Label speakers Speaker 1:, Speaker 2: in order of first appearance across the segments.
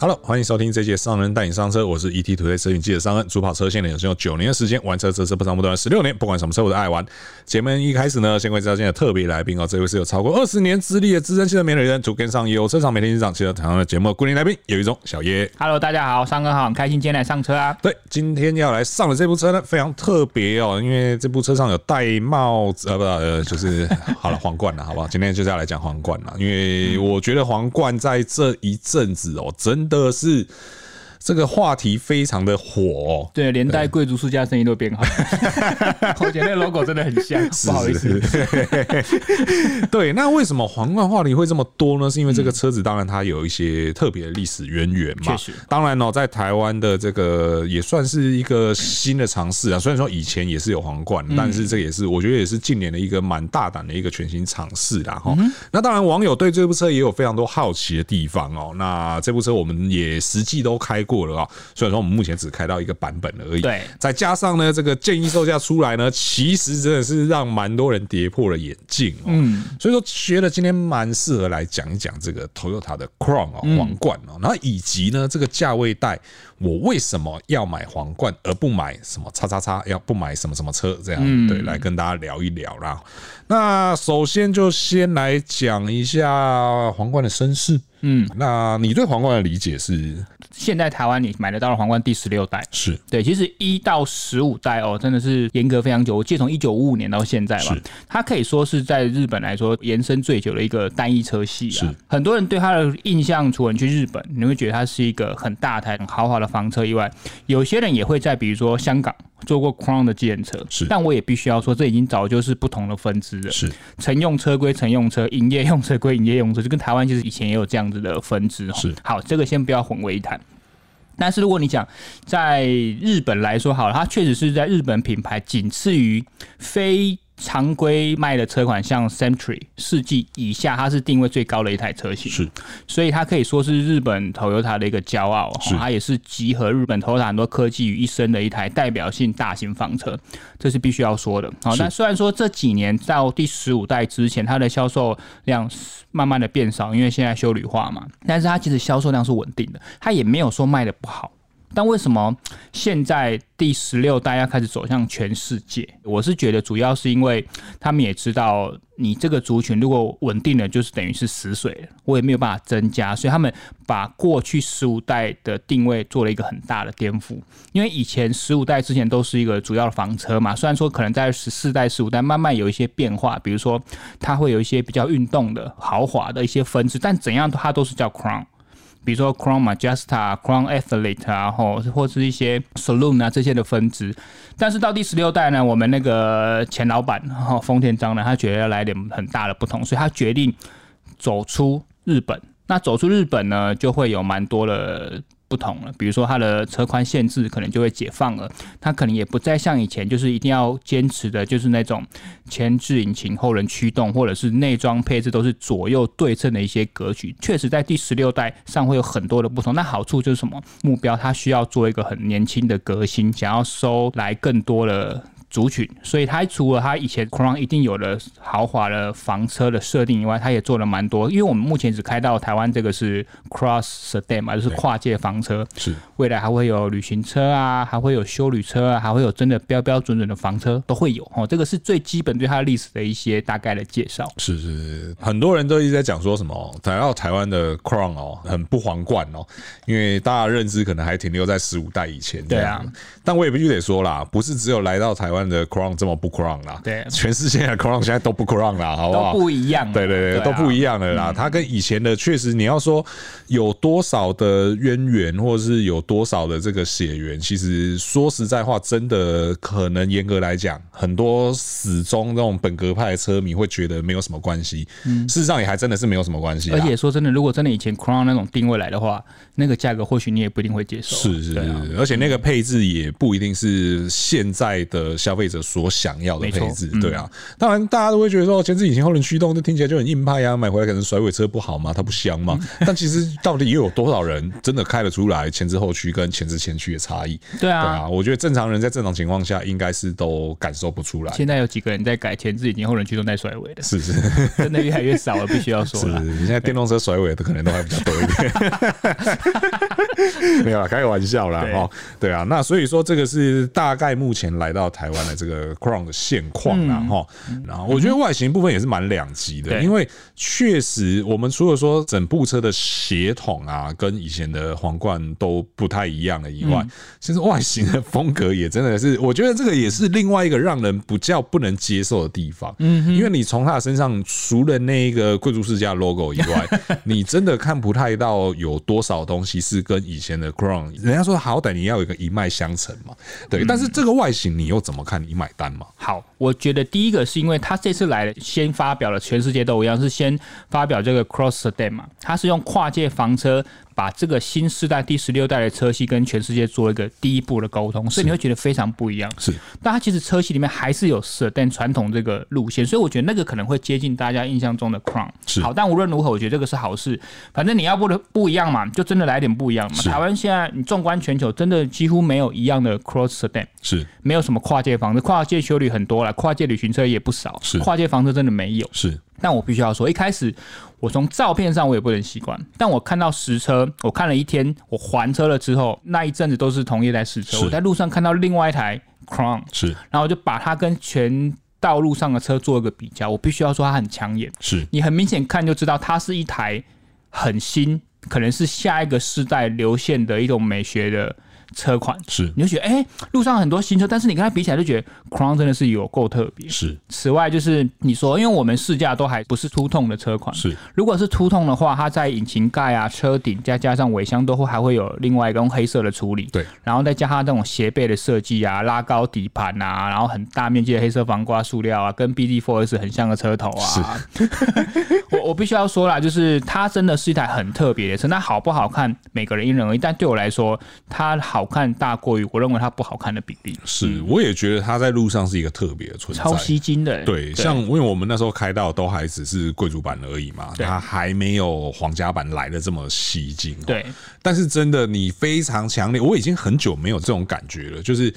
Speaker 1: Hello，欢迎收听这节商人带你上车，我是 E ET 土 o 车运记者商恩，主跑车线的有用九年的时间，玩车车车不长不短十六年，不管什么车我都爱玩。节目一开始呢，先为大家介绍特别来宾哦，这位是有超过二十年资历的资深汽车媒体人，主跟上有车厂每天市场汽车台湾的节目固定来宾，有一种小叶。
Speaker 2: Hello，大家好，上哥好，很开心今天来上车啊。
Speaker 1: 对，今天要来上的这部车呢，非常特别哦，因为这部车上有戴帽子，呃，不，呃，就是 好了，皇冠了，好不好？今天就是要来讲皇冠了，因为我觉得皇冠在这一阵子哦，真的是这个话题非常的火哦。
Speaker 2: 对，连带贵族世家生意都变好。我觉得那个 logo 真的很像， 不好意思。
Speaker 1: 对，那为什么皇冠话题会这么多呢？是因为这个车子，当然它有一些特别的历史渊源嘛。
Speaker 2: 确实
Speaker 1: 当然哦，在台湾的这个也算是一个新的尝试啊。虽然说以前也是有皇
Speaker 2: 嗯
Speaker 1: 冠，但是这也是我觉得也是近年的一个蛮大胆的一个全新尝试啦。
Speaker 2: 嗯
Speaker 1: 哈、那当然网友对这部车也有非常多好奇的地方哦。那这部车我们也实际都开过了哦，虽然说我们目前只开到一个版本而已。
Speaker 2: 对
Speaker 1: 再加上呢，这个建议售价出来呢，其实真的是让蛮多人跌破了眼镜哦。嗯，所以说觉得今天蛮适合来讲一讲这个 Toyota 的 Crown 哦，皇冠哦，然后以及呢这个价位带，我为什么要买皇冠而不买什么叉叉叉，要不买什么什么车这样？对，来跟大家聊一聊啦。那首先就先来讲一下皇冠的身世。嗯，那你对皇冠的理解是
Speaker 2: 现在台湾你买得到的皇冠第十六代。
Speaker 1: 是
Speaker 2: 对，其实一到十五代哦，真的是严格非常久。我记得从一九五五年到现在吧
Speaker 1: 是，
Speaker 2: 它可以说是在日本来说延伸最久的一个单一车系
Speaker 1: 是
Speaker 2: 啊。很多人对它的印象，除了你去日本，你会觉得它是一个很大台、很豪华的房车以外，有些人也会在比如说香港做过 Crown 的计程车。
Speaker 1: 是
Speaker 2: 但我也必须要说，这已经早就是不同的分支了。
Speaker 1: 是
Speaker 2: 乘用车归乘用车，营业用车归营业用车，就跟台湾其实以前也有这样子的分支哦。
Speaker 1: 是
Speaker 2: 好，这个先不要混为一谈。但是如果你讲在日本来说好了，它确实是在日本品牌仅次于非常规卖的车款，像 Century 世纪以下，它是定位最高的一台车型。
Speaker 1: 是
Speaker 2: 所以它可以说是日本 Toyota 的一个骄傲，
Speaker 1: 是
Speaker 2: 哦它也是集合日本 Toyota 很多科技于一身的一台代表性大型房车，这是必须要说的。好，
Speaker 1: 是
Speaker 2: 那虽然说这几年到第十五代之前，它的销售量慢慢的变少，因为现在修旅化嘛，但是它其实销售量是稳定的，它也没有说卖的不好。但为什么现在第十六代要开始走向全世界？我是觉得主要是因为他们也知道，你这个族群如果稳定了，就是等于是死水了，我也没有办法增加，所以他们把过去十五代的定位做了一个很大的颠覆。因为以前十五代之前都是一个主要的房车嘛，虽然说可能在十四代、十五代慢慢有一些变化，比如说它会有一些比较运动的、豪华的一些分支，但怎样它都是叫 Crown。比如说 Crown Majesta、Crown Athlete 啊，或或是一些 Saloon 啊这些的分支。但是到第十六代呢，我们那个前老板哈、哦、丰田章呢，他觉得要来点很大的不同，所以他决定走出日本。那走出日本呢，就会有蛮多的不同了，比如说它的车宽限制可能就会解放了，它可能也不再像以前就是一定要坚持的，就是那种前置引擎、后轮驱动，或者是内装配置都是左右对称的一些格局。确实，在第十六代上会有很多的不同。那好处就是什么？目标它需要做一个很年轻的革新，想要收来更多的族群，所以它除了它以前 Crown 一定有的豪华的房车的设定以外，它也做了蛮多。因为我们目前只开到台湾这个是 Cross Sedan 嘛，就是跨界房车。
Speaker 1: 是
Speaker 2: 未来还会有旅行车啊，还会有修旅车啊，还会有真的标标准准的房车都会有哦。这个是最基本对它历史的一些大概的介绍。
Speaker 1: 是是是，很多人都一直在讲说什么，来到台湾的 Crown 哦，很不皇冠哦，因为大家认知可能还停留在十五代以前。
Speaker 2: 对啊，
Speaker 1: 但我也必须得说啦，不是只有来到台湾的 Crown 这么不 Crown 啦，
Speaker 2: 对
Speaker 1: 全世界的 Crown 现在都不 Crown 啦，好不
Speaker 2: 都
Speaker 1: 好？
Speaker 2: 不一样啊，
Speaker 1: 对对对，
Speaker 2: 啊
Speaker 1: 都不一样了啦。它跟以前的确实，你要说有多少的渊源，或者是有多少的这个血缘，其实说实在话，真的可能严格来讲，很多死忠那种本格派的车迷会觉得没有什么关系。
Speaker 2: 嗯
Speaker 1: 事实上也还真的是没有什么关系啦。
Speaker 2: 而且说真的，如果真的以前 Crown 那种定位来的话，那个价格或许你也不一定会接受啊。
Speaker 1: 是是
Speaker 2: 对啊
Speaker 1: 是，而且那个配置也不一定是现在的消费者所想要的
Speaker 2: 没错
Speaker 1: 配置，
Speaker 2: 嗯
Speaker 1: 对啊。当然，大家都会觉得说前置引擎、后轮驱动，这听起来就很硬派啊，买回来可能甩尾车不好吗？它不香吗？
Speaker 2: 嗯
Speaker 1: 但其实到底又有多少人真的开得出来前置后驱跟前置前驱的差异？
Speaker 2: 对
Speaker 1: 对
Speaker 2: 啊
Speaker 1: 啊，，我觉得正常人在正常情况下应该是都感受不出来，
Speaker 2: 现在有几个人在改前置引擎后轮驱动带甩尾的，
Speaker 1: 是不是？
Speaker 2: 真的越来越少了，必须要 说
Speaker 1: 是，
Speaker 2: 了。
Speaker 1: 现在电动车甩尾的可能都还比较多一 点。没有啦，开个玩笑啦，
Speaker 2: 对
Speaker 1: 哦，对啊，那所以说这个是大概目前来到台湾的这个 Crown 的现况啦，
Speaker 2: 嗯
Speaker 1: 哈、然后我觉得外形部分也是蛮两极的，
Speaker 2: 对
Speaker 1: 因为确实我们除了说整部车的血统啊，跟以前的皇冠都不太一样了以外，
Speaker 2: 嗯
Speaker 1: 其实外形的风格也真的是，我觉得这个也是另外一个让人比较不能接受的地方，嗯，因为你从他的身上除了那一个贵族世家 logo 以 外，你真的看不太到有多少东西是跟以前的 Crown，人家说好歹你要有一个一脉相承嘛，对，但是这个外形你又怎么看？你买单嘛？
Speaker 2: 好，我觉得第一个是因为他这次来了，先发表了全世界都一样，是先发表这个 Cross Sedan 嘛，它是用跨界房车把这个新世代第十六代的车系跟全世界做一个第一步的沟通，所以你会觉得非常不一样。
Speaker 1: 是，
Speaker 2: 但它其实车系里面还是有 Sedan 传统这个路线，所以我觉得那个可能会接近大家印象中的 Crown。
Speaker 1: 是
Speaker 2: 好，但无论如何，我觉得这个是好事。反正你要不的不一样嘛，就真的来点不一样嘛。
Speaker 1: 是
Speaker 2: 台湾现在你纵观全球，真的几乎没有一样的 Cross Sedan。
Speaker 1: 是
Speaker 2: 没有什么跨界房车，跨界修旅很多了，跨界旅行车也不少
Speaker 1: 是，
Speaker 2: 跨界房车真的没有。
Speaker 1: 是
Speaker 2: 但我必须要说，一开始我从照片上我也不能习惯，但我看到实车，我看了一天，我还车了之后，那一阵子都是同业在试车，
Speaker 1: 是
Speaker 2: 我在路上看到另外一台 Crown，
Speaker 1: 是
Speaker 2: 然后我就把它跟全道路上的车做一个比较，我必须要说它很抢眼，
Speaker 1: 是
Speaker 2: 你很明显看就知道它是一台很新，可能是下一个世代流线的一种美学的车款。
Speaker 1: 是
Speaker 2: 你就觉得，哎、路上很多新车，但是你跟它比起来，就觉得 Crown 真的是有够特别。
Speaker 1: 是
Speaker 2: 此外，就是你说，因为我们试驾都还不是凸痛的车款，
Speaker 1: 是
Speaker 2: 如果是凸痛的话，它在引擎盖啊、车顶，再加上尾箱都会还会有另外一个用黑色的处理，
Speaker 1: 对，
Speaker 2: 然后再加它那种斜背的设计啊、拉高底盘啊，然后很大面积的黑色防刮塑料啊，跟 BD4S 很像的车头啊。 我我必须要说啦，就是它真的是一台很特别的车，那好不好看，每个人因人而异，但对我来说，它好看大过于我认为它不好看的比例，
Speaker 1: 是，我也觉得它在路上是一个特别的存在，
Speaker 2: 超吸睛的、欸。
Speaker 1: 对，像因为我们那时候开到都还只是贵族版而已嘛，
Speaker 2: 对
Speaker 1: 它还没有皇家版来的这么吸睛、哦。
Speaker 2: 对，
Speaker 1: 但是真的你非常强烈，我已经很久没有这种感觉了，就是。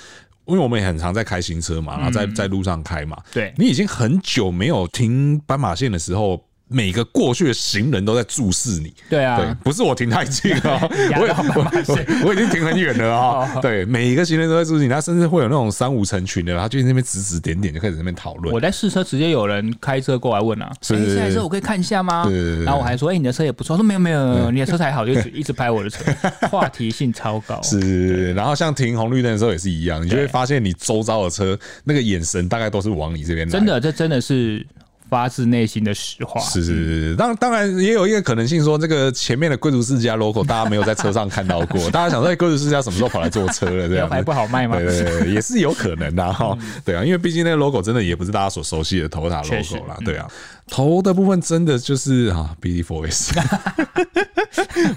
Speaker 1: 因为我们也很常在开新车嘛，然后在
Speaker 2: 嗯
Speaker 1: 在路上开嘛，
Speaker 2: 对
Speaker 1: 你已经很久没有停斑马线的时候，每个过去的行人都在注视你，
Speaker 2: 对啊，
Speaker 1: 对，不是我停太近哦，
Speaker 2: 压
Speaker 1: 我也
Speaker 2: 到斑马线
Speaker 1: 我我已经停很远了哦。对，每一个行人都在注视你，他甚至会有那种三五成群的，他就在那边指指点点，就开始在那边讨论
Speaker 2: 我。在试车，直接有人开车过来问啊，
Speaker 1: 是
Speaker 2: 哎这台车我可以看一下吗？
Speaker 1: 对对对对
Speaker 2: 然后我还说，哎、你的车也不错。我说没有没有没有，你的车才好，就一直一直拍我 的车，话题性超高。啊
Speaker 1: 是，然后像停红绿灯的时候也是一样，你就会发现你周遭的车那个眼神大概都是往你这边来。
Speaker 2: 真的，这真的是发自内心的实话。
Speaker 1: 是是是是，当当然也有一个可能性说，这个前面的贵族世家 logo 大家没有在车上看到过， 大家想说哎贵族世家什么时候跑来坐车了？这
Speaker 2: 摇
Speaker 1: 样
Speaker 2: 牌
Speaker 1: 子
Speaker 2: 不好卖吗？嗯
Speaker 1: 对对对对，也是有可能的、 啊、哈。对啊，因为毕竟那个 logo 真的也不是大家所熟悉的头塔
Speaker 2: 确实嗯
Speaker 1: logo 啦。对啊，头的部分真的就是啊，BD f o r S，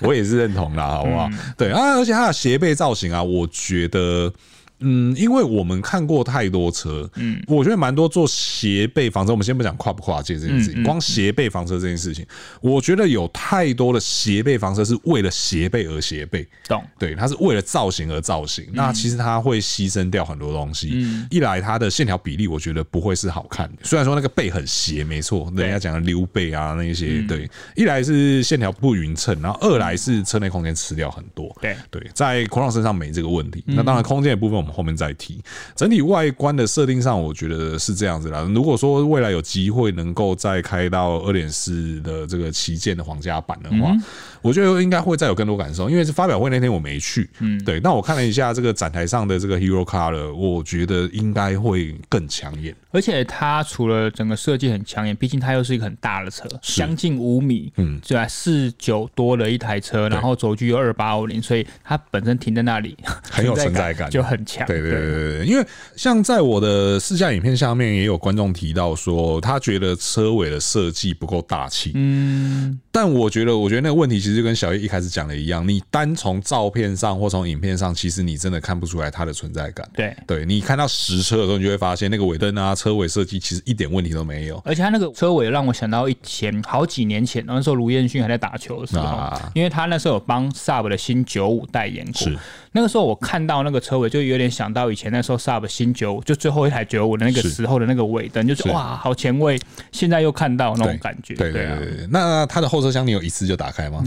Speaker 1: 我也是认同啦，好不
Speaker 2: 嗯
Speaker 1: 好？对啊，而且它的斜背造型啊，我觉得。嗯，因为我们看过太多车，嗯，我觉得蛮多做斜背房车，我们先不讲跨不跨界这件事
Speaker 2: 嗯
Speaker 1: 情，光斜背房车这件事情，我觉得有太多的斜背房车是为了斜背而斜背，
Speaker 2: 懂。
Speaker 1: 对，它是为了造型而造型。那其实它会牺牲掉很多东西。一来它的线条比例，我觉得不会是好看的。虽然说那个背很斜，没错，人家讲的溜背啊那一些，对。一来是线条不匀称，然后二来是车内空间吃掉很多。
Speaker 2: 对
Speaker 1: 对，在 Crown 身上没这个问题。那当然，空间的部分我们后面再提。整体外观的设定上，我觉得是这样子啦。如果说未来有机会能够再开到二点四的这个旗舰的皇家版的话，我觉得应该会再有更多感受。因为是发表会那天我没去，嗯，对。那我看了一下这个展台上的这个 Hero Car 了，我觉得应该会更抢眼。
Speaker 2: 而且它除了整个设计很抢眼，毕竟它又是一个很大的车，将近五米，
Speaker 1: 嗯
Speaker 2: 嗯，对啊，四九多了一台车，然后轴距又二八五零，所以它本身停在那里
Speaker 1: 很有存在感
Speaker 2: 就很强。
Speaker 1: 对对对对对，因为像在我的试驾影片下面也有观众提到说，他觉得车尾的设计不够大气。
Speaker 2: 嗯，
Speaker 1: 但我觉得，我觉得那个问题其实就跟小叶一开始讲的一样，你单从照片上或从影片上，其实你真的看不出来它的存在感。
Speaker 2: 对。
Speaker 1: 对你看到实车的时候，你就会发现那个尾灯啊、车尾设计其实一点问题都没有。
Speaker 2: 而且他那个车尾让我想到以前好几年前，那时候卢彦勋还在打球的时候，
Speaker 1: 啊
Speaker 2: 因为他那时候有帮 Sub 的新九五代言过
Speaker 1: 是。
Speaker 2: 那个时候我看到那个车尾，就有点想到以前那时候 Sub 新九五，就最后一台九五的那个
Speaker 1: 是
Speaker 2: 时候的那个尾灯，就是
Speaker 1: 是
Speaker 2: 哇，好前卫！现在又看到那种
Speaker 1: 对
Speaker 2: 感觉，
Speaker 1: 对对
Speaker 2: 啊
Speaker 1: 对，对，那它的后车厢你有一次就打开 吗？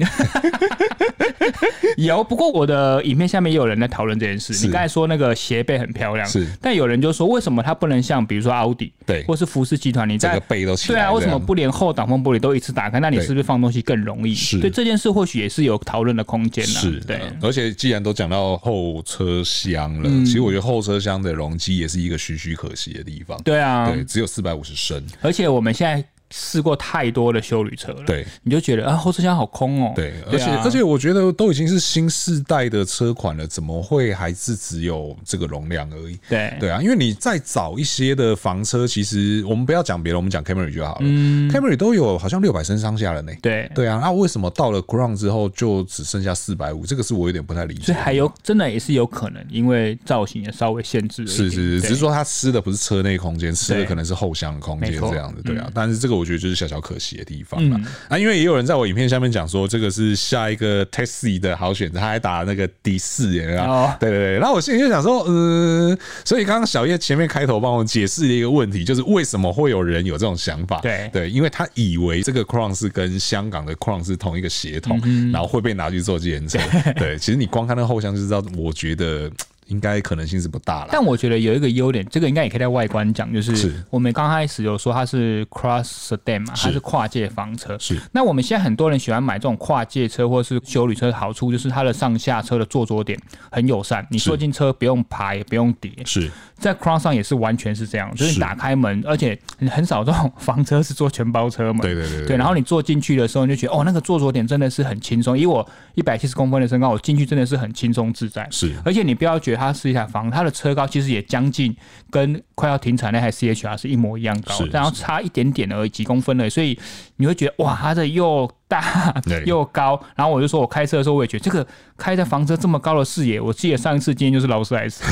Speaker 2: 有。不过我的影片下面也有人在讨论这件事。
Speaker 1: 是
Speaker 2: 你刚才说那个斜背很漂亮，
Speaker 1: 是
Speaker 2: 但有人就说为什么它不能像比如说奥迪，
Speaker 1: 对
Speaker 2: 或是福斯集团，你
Speaker 1: 整
Speaker 2: 在
Speaker 1: 个背都起
Speaker 2: 对
Speaker 1: 来这
Speaker 2: 啊，
Speaker 1: 样。
Speaker 2: 为什么不连后挡风玻璃都一次打开？那你
Speaker 1: 对
Speaker 2: 是不是放东西更容易？
Speaker 1: 是
Speaker 2: 对这件事或许也是有讨论的空间啦。
Speaker 1: 是
Speaker 2: 对，
Speaker 1: 而且既然都讲到后车厢了，其实我觉得后车厢的容积也是一个唏嘘可惜的地方。
Speaker 2: 对啊，
Speaker 1: 对，只有四百五十升。
Speaker 2: 而且我们现在试过太多的修旅车了，，
Speaker 1: 对
Speaker 2: 你就觉得啊后车厢好空哦，
Speaker 1: 对，而
Speaker 2: 对
Speaker 1: 且
Speaker 2: 啊
Speaker 1: 而且我觉得都已经是新世代的车款了，怎么会还是只有这个容量而已？
Speaker 2: 对
Speaker 1: 对啊，因为你再早一些的房车，其实我们不要讲别的，我们讲 Camry 就好了。Camry 都有好像六百升上下了呢。
Speaker 2: 嗯对
Speaker 1: 对啊，那为什么到了 Crown 之后就只剩下四百五？这个是我有点不太理解。
Speaker 2: 所以还有真的也是有可能，因为造型也稍微限制了一
Speaker 1: 是
Speaker 2: 点，
Speaker 1: 是是，
Speaker 2: 对
Speaker 1: 只是说他吃的不是车内空间，吃的
Speaker 2: 对
Speaker 1: 可能是后厢空间
Speaker 2: 没错嗯
Speaker 1: 这样子，对啊。但是这个我觉得就是小小可惜的地方了啊，因为也有人在我影片下面讲说，这个是下一个 Taxi 的好选择，他还打那个的士耶
Speaker 2: 哦
Speaker 1: 啊，对对对。那我心里就想说，嗯，所以刚刚小叶前面开头帮我解释了一个问题，就是为什么会有人有这种想法？
Speaker 2: 对嗯
Speaker 1: 对，因为他以为这个 Crown 是跟香港的 Crown 是同一个血统，然后会被拿去做计 程车。对，其实你光看那个后箱就知道，我觉得。应该可能性是不大了。
Speaker 2: 但我觉得有一个优点，这个应该也可以在外观讲，就是是我们刚开始有说它是 cross sedan 嘛，它是跨界房车。
Speaker 1: 是
Speaker 2: 那我们现在很多人喜欢买这种跨界车或是修旅车，好处就是它的上下车的坐坐点很友善，你坐进车不用爬也不用叠。
Speaker 1: 是
Speaker 2: 在 cross 上也是完全是这样，就是
Speaker 1: 是
Speaker 2: 你打开门，而且很少这种 房车是坐全包车嘛。
Speaker 1: 对对对
Speaker 2: 对，然后你坐进去的时候，你就觉得哦，那个坐着点真的是很轻松。以我一百七十公分的身高，我进去真的是很轻松自在。
Speaker 1: 是
Speaker 2: 而且你不要觉得它是一台房，它的车高其实也将近跟快要停产那台 CHR 是一模一样高
Speaker 1: 是，
Speaker 2: 然后差一点点而已，几公分而已，所以你会觉得哇，它的又大
Speaker 1: 对
Speaker 2: 又高。然后我就说我开车的时候，我也觉得这个开在房车这么高的视野，我记得上一次今天就是劳斯 莱斯，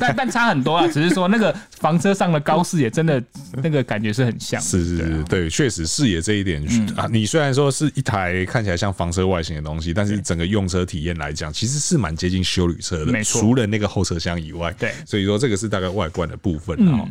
Speaker 2: 但但差很多啊，只是说那个房车上的高视野真的那个感觉是很像的。
Speaker 1: 是是是，对，确实视野这一点
Speaker 2: 嗯
Speaker 1: 啊，你虽然说是一台看起来像房车外形的东西，但是整个用车体验来讲，其实是蛮接近修旅车的，
Speaker 2: 没错
Speaker 1: 除了那个后车厢以外，
Speaker 2: 对嗯
Speaker 1: 所以说这个是大概外观的部分啊。